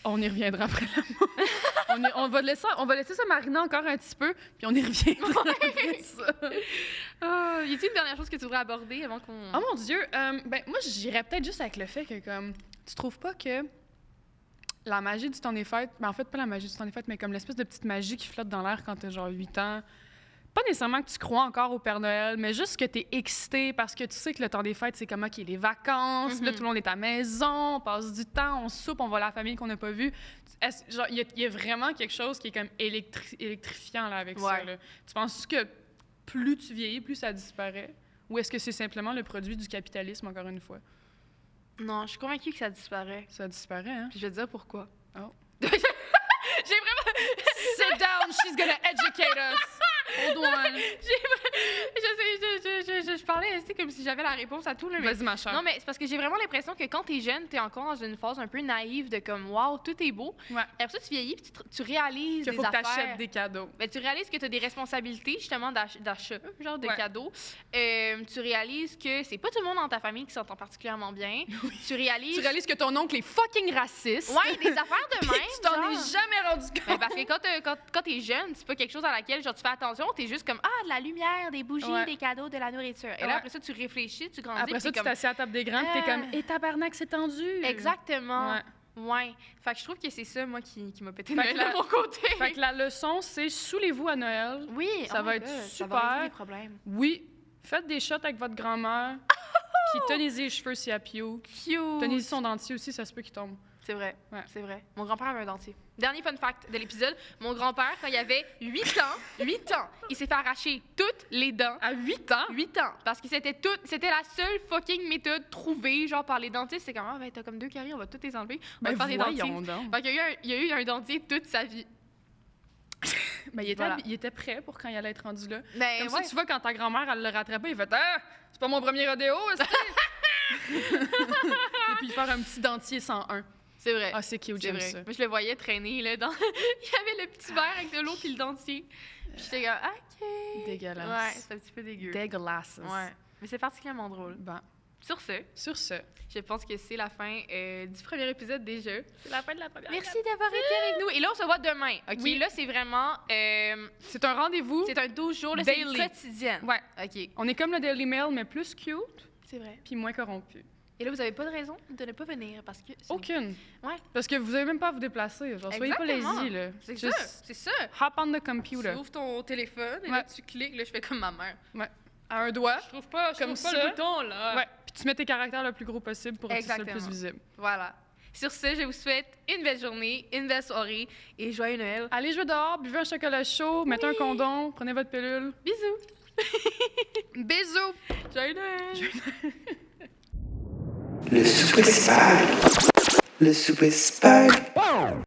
[SPEAKER 2] On y reviendra après l'amour. [laughs] on, y- on va laisser, on va laisser ça mariner encore un petit peu, puis on y reviendra après ça.
[SPEAKER 1] Oh, y a-t-il une dernière chose que tu voudrais aborder avant qu'on
[SPEAKER 2] Oh mon Dieu, euh, ben moi j'irais peut-être juste avec le fait que comme tu trouves pas que la magie du temps des fêtes, ben en fait pas la magie du temps des fêtes, mais comme l'espèce de petite magie qui flotte dans l'air quand t'as genre 8 ans. Pas nécessairement que tu crois encore au Père Noël, mais juste que t'es excité parce que tu sais que le temps des fêtes, c'est comme, OK, les vacances,
[SPEAKER 1] Mhm.
[SPEAKER 2] là, tout le monde est à la maison, on passe du temps, on soupe, on voit la famille qu'on n'a pas vue. Est-ce- genre, Il y, a- il y a vraiment quelque chose qui est comme électri- électrifiant là, avec ça.
[SPEAKER 1] Ouais.
[SPEAKER 2] là. Tu penses que plus tu vieillis, plus ça disparaît? Ou est-ce que c'est simplement le produit du capitalisme, encore une fois?
[SPEAKER 1] Non, je suis convaincue que ça disparaît.
[SPEAKER 2] Ça disparaît, hein?
[SPEAKER 1] Puis je vais te dire pourquoi.
[SPEAKER 2] Oh.
[SPEAKER 1] J'ai vraiment,
[SPEAKER 2] [laughs] Sit down, she's gonna educate us! Hold on! [laughs]
[SPEAKER 1] j'ai vra- je, sais- je, je, je, je, je parlais, c'est comme si j'avais la réponse à tout le
[SPEAKER 2] Vas-y, ma chère.
[SPEAKER 1] Non, mais c'est parce que j'ai vraiment l'impression que quand t'es jeune, t'es encore dans une phase un peu naïve de comme, waouh, tout est beau.
[SPEAKER 2] Ouais.
[SPEAKER 1] Et après ça, tu vieillis, puis tu, te- tu réalises
[SPEAKER 2] Il
[SPEAKER 1] des
[SPEAKER 2] faut que
[SPEAKER 1] affaires.
[SPEAKER 2] t'achètes des cadeaux.
[SPEAKER 1] Ben, tu réalises que tu as des responsabilités, justement, d'ach- d'achat, genre de
[SPEAKER 2] Ouais.
[SPEAKER 1] cadeaux. Euh, tu réalises que c'est pas tout le monde dans ta famille qui s'entend particulièrement
[SPEAKER 2] [laughs]
[SPEAKER 1] bien. Tu réalises.
[SPEAKER 2] Tu réalises que ton oncle est fucking raciste.
[SPEAKER 1] [laughs]
[SPEAKER 2] [laughs]
[SPEAKER 1] Ouais, des affaires de
[SPEAKER 2] Puis
[SPEAKER 1] même.
[SPEAKER 2] tu t'en es
[SPEAKER 1] genre.
[SPEAKER 2] jamais rendu compte.
[SPEAKER 1] Ben, parce que quand, t'es- quand, quand t'es jeune, c'est pas quelque chose à laquelle genre, tu fais attention, t'es juste comme Ah, de la lumière, des bougies,
[SPEAKER 2] Ouais.
[SPEAKER 1] des cadeaux, de la nourriture. Et
[SPEAKER 2] Ouais.
[SPEAKER 1] là, après ça, tu réfléchis, tu grandis.
[SPEAKER 2] [laughs] Après
[SPEAKER 1] puis
[SPEAKER 2] ça,
[SPEAKER 1] t'es
[SPEAKER 2] tu
[SPEAKER 1] comme,
[SPEAKER 2] t'assieds à la table des grands, puis t'es comme,
[SPEAKER 1] Ah.
[SPEAKER 2] et tabarnak, c'est tendu!
[SPEAKER 1] Exactement.
[SPEAKER 2] Ouais.
[SPEAKER 1] Ouais. Fait que je trouve que c'est ça, moi, qui, qui m'a pété
[SPEAKER 2] Fait
[SPEAKER 1] de
[SPEAKER 2] que
[SPEAKER 1] la...
[SPEAKER 2] la-
[SPEAKER 1] de mon côté.
[SPEAKER 2] [laughs] Fait que la leçon, c'est saoulez-vous à Noël.
[SPEAKER 1] Oui,
[SPEAKER 2] Ça
[SPEAKER 1] oh
[SPEAKER 2] va
[SPEAKER 1] my
[SPEAKER 2] être
[SPEAKER 1] God, Ça va résoudre
[SPEAKER 2] super.
[SPEAKER 1] les problèmes.
[SPEAKER 2] Oui, faites des shots avec votre [laughs] grand-mère, puis tenez-y les cheveux si elle puke.
[SPEAKER 1] Cute.
[SPEAKER 2] Tenez-y son dentier aussi, ça se peut qu'il tombe.
[SPEAKER 1] C'est vrai.
[SPEAKER 2] Ouais.
[SPEAKER 1] C'est vrai. Mon grand-père avait un dentier. Dernier fun fact de l'épisode, mon grand-père, quand il avait 8 ans, 8 ans, il s'est fait arracher toutes les dents.
[SPEAKER 2] À 8 ans?
[SPEAKER 1] 8 ans. Parce que c'était tout, c'était la seule fucking méthode trouvée, genre par les dentistes. C'est comme, ah, ben, t'as comme deux caries, on va toutes les enlever. On va
[SPEAKER 2] Ben
[SPEAKER 1] te faire des
[SPEAKER 2] voyons
[SPEAKER 1] dentiers.
[SPEAKER 2] donc.
[SPEAKER 1] Fait qu'il y a eu un- il y a eu un dentier toute sa vie.
[SPEAKER 2] Ben, Eh il, était,
[SPEAKER 1] Voilà.
[SPEAKER 2] il était prêt pour quand il allait être rendu là.
[SPEAKER 1] Ben,
[SPEAKER 2] Comme ça, tu vois, quand ta grand-mère, elle le rattrapait, il fait « Ah, c'est pas mon premier [laughs] rodéo, est-ce que- Et puis faire un petit dentier 101.
[SPEAKER 1] C'est vrai.
[SPEAKER 2] Ah, c'est cute,
[SPEAKER 1] C'est
[SPEAKER 2] j'aime
[SPEAKER 1] vrai.
[SPEAKER 2] ça.
[SPEAKER 1] Moi, je le voyais traîner, là, dans... [laughs] il y avait le petit verre avec de l'eau puis le dentier. Puis j'étais comme, ah, OK. Ouais,
[SPEAKER 2] Dégueulasse.
[SPEAKER 1] c'est un petit peu dégueu.
[SPEAKER 2] Dégueulasse.
[SPEAKER 1] Ouais. Mais c'est particulièrement drôle.
[SPEAKER 2] Bon,
[SPEAKER 1] Sur ce,
[SPEAKER 2] sur ce...
[SPEAKER 1] Je pense que c'est la fin euh, du premier épisode des jeux.
[SPEAKER 2] C'est la fin de la première
[SPEAKER 1] Merci d'avoir été avec nous. Et là, on se voit demain. OK?
[SPEAKER 2] Oui.
[SPEAKER 1] Là, c'est vraiment. euh,
[SPEAKER 2] C'est un rendez-vous.
[SPEAKER 1] c'est un 12 jours, là, c'est une
[SPEAKER 2] Daily.
[SPEAKER 1] quotidienne.
[SPEAKER 2] Ouais.
[SPEAKER 1] OK.
[SPEAKER 2] On est comme le Daily Mail, mais plus cute,
[SPEAKER 1] C'est vrai.
[SPEAKER 2] puis moins corrompu.
[SPEAKER 1] Et là, vous n'avez pas de raison de ne pas venir parce que. c'est-
[SPEAKER 2] Aucune.
[SPEAKER 1] Ouais.
[SPEAKER 2] Parce que vous avez même pas à vous déplacer. Genre, soyez pas
[SPEAKER 1] Exactement.
[SPEAKER 2] lazy, là.
[SPEAKER 1] C'est
[SPEAKER 2] Just
[SPEAKER 1] ça. C'est ça.
[SPEAKER 2] Hop on the
[SPEAKER 1] Tu
[SPEAKER 2] computer.
[SPEAKER 1] ouvres ton téléphone et là,
[SPEAKER 2] Ouais.
[SPEAKER 1] tu cliques. Là, je fais comme ma mère.
[SPEAKER 2] À un doigt.
[SPEAKER 1] Je trouve pas,
[SPEAKER 2] Comme
[SPEAKER 1] trouve pas
[SPEAKER 2] ça.
[SPEAKER 1] le bouton, là.
[SPEAKER 2] Ouais. Puis tu mets tes caractères le plus gros possible pour être le plus
[SPEAKER 1] Exactement.
[SPEAKER 2] visible.
[SPEAKER 1] Voilà. Sur ce, je vous souhaite une belle journée, une belle soirée et joyeux Noël.
[SPEAKER 2] Allez jouer dehors, buvez un chocolat chaud, mettez un condom, prenez votre pilule.
[SPEAKER 1] Bisous.
[SPEAKER 2] Bisous!
[SPEAKER 1] Joyeux Noël.
[SPEAKER 4] Le souper spag. Le souper spag.